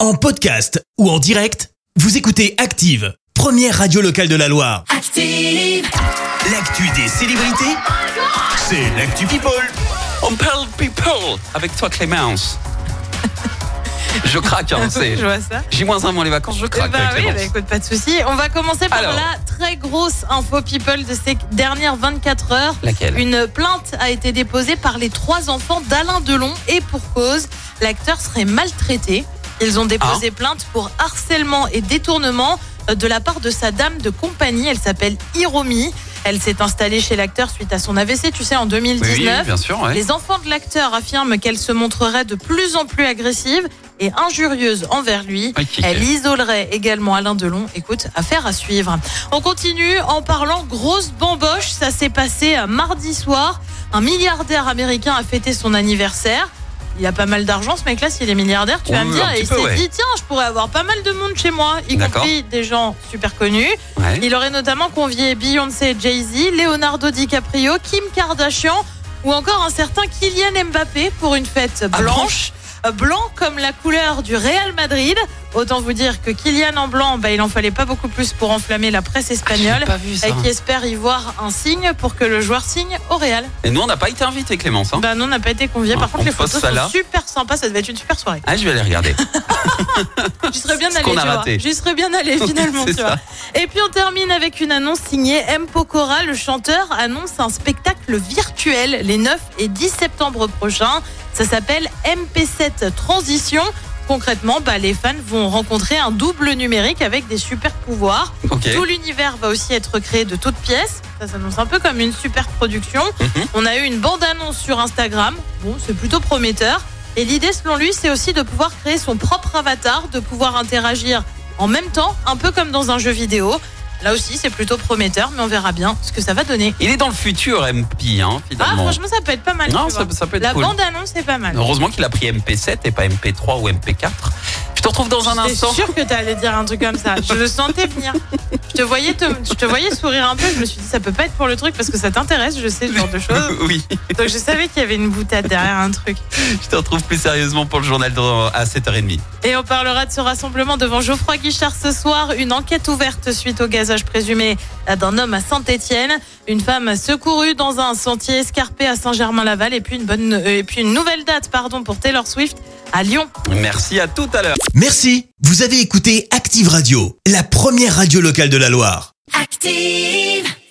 En podcast ou en direct, vous écoutez Active, première radio locale de la Loire. Active, L'actu des célébrités, c'est l'actu People. On parle people avec toi Clémence. Je craque, hein, c'est. Je vois ça. J'ai moins un mois les vacances, je Eh craque. ben avec oui, Clémence. bah écoute, pas de souci. On va commencer par Alors. la très grosse info people de ces dernières 24 heures. Laquelle Une plainte a été déposée par les trois enfants d'Alain Delon et pour cause, l'acteur serait maltraité. Ils ont déposé Ah. plainte pour harcèlement et détournement euh, de la part de sa dame de compagnie. Elle s'appelle Hiromi. Elle s'est installée chez l'acteur suite à son AVC, tu sais, en Oui, 2019. bien sûr, ouais. Les enfants de l'acteur affirment qu'elle se montrerait de plus en plus agressive et injurieuse envers lui. Ok. Elle isolerait également Alain Delon. Écoute, affaire à suivre. On continue en parlant grosse bamboche. Ça s'est passé euh, mardi soir. Un milliardaire américain a fêté son anniversaire. Il a pas mal d'argent, ce mec-là, s'il est milliardaire, tu vas Oui, Oh, me un dire. petit Et il peu, s'est ouais. dit, tiens, je pourrais avoir pas mal de monde chez moi, y D'accord. compris des gens super connus. Ouais. Il aurait notamment convié Beyoncé et Jay-Z, Leonardo DiCaprio, Kim Kardashian ou encore un certain Kylian Mbappé pour une fête Ah, blanche. Euh, Blanc comme la couleur du Real Madrid. Autant vous dire que Kylian en blanc, bah, il en fallait pas beaucoup plus pour enflammer la presse Ah, j'ai espagnole. pas vu ça. euh, qui espère y voir un signe pour que le joueur signe au Real. Et nous, on n'a pas été invités, Clémence. hein. Bah non, on n'a pas été conviés. On Par contre, les pose photos ça sont là. super sympas. Ça devait être une super soirée. Ah, je vais aller regarder. J'y serais bien Ce allé, qu'on tu a vois. raté. J'y serais bien allé Oui, finalement, c'est tu vois. Et puis on termine avec une annonce signée M. Pokora, le chanteur, annonce un spectacle virtuel les 9 et 10 septembre prochains. Ça s'appelle MP7 Transition. Concrètement, bah, les fans vont rencontrer un double numérique avec des super pouvoirs. Ok. Tout l'univers va aussi être créé de toutes pièces. Ça s'annonce un peu comme une super production. Mhm. On a eu une bande-annonce sur Instagram. Bon, c'est plutôt prometteur. Et l'idée, selon lui, c'est aussi de pouvoir créer son propre avatar, de pouvoir interagir en même temps, un peu comme dans un jeu vidéo. Là aussi, c'est plutôt prometteur, mais on verra bien ce que ça va donner. Il est dans le futur, MP, hein, Ah, finalement. franchement, ça peut être pas mal. non, tu ça, vois. ça peut être La cool. bande-annonce est pas mal. Heureusement qu'il a pris MP7 et pas MP3 ou MP4. Je te retrouve dans un J'étais instant. sûre que t'allais dire un truc comme ça. Je le sentais venir. Je te voyais, te- je te voyais sourire un peu. Je me suis dit, ça peut pas être pour le truc parce que ça t'intéresse. Je sais ce genre de choses. oui, Donc je savais qu'il y avait une boutade derrière un truc. je te retrouve plus sérieusement pour le journal dans- à 7h30. Et on parlera de ce rassemblement devant Geoffroy Guichard ce soir. Une enquête ouverte suite au gazage présumé d'un homme à Saint-Étienne. Une femme secourue dans un sentier escarpé à Saint-Germain-Laval. Et puis une bonne, euh, et puis une nouvelle date, pardon, pour Taylor Swift à Lyon. Merci à tout à l'heure. Merci, vous avez écouté Active Radio, la première radio locale de la Loire. active.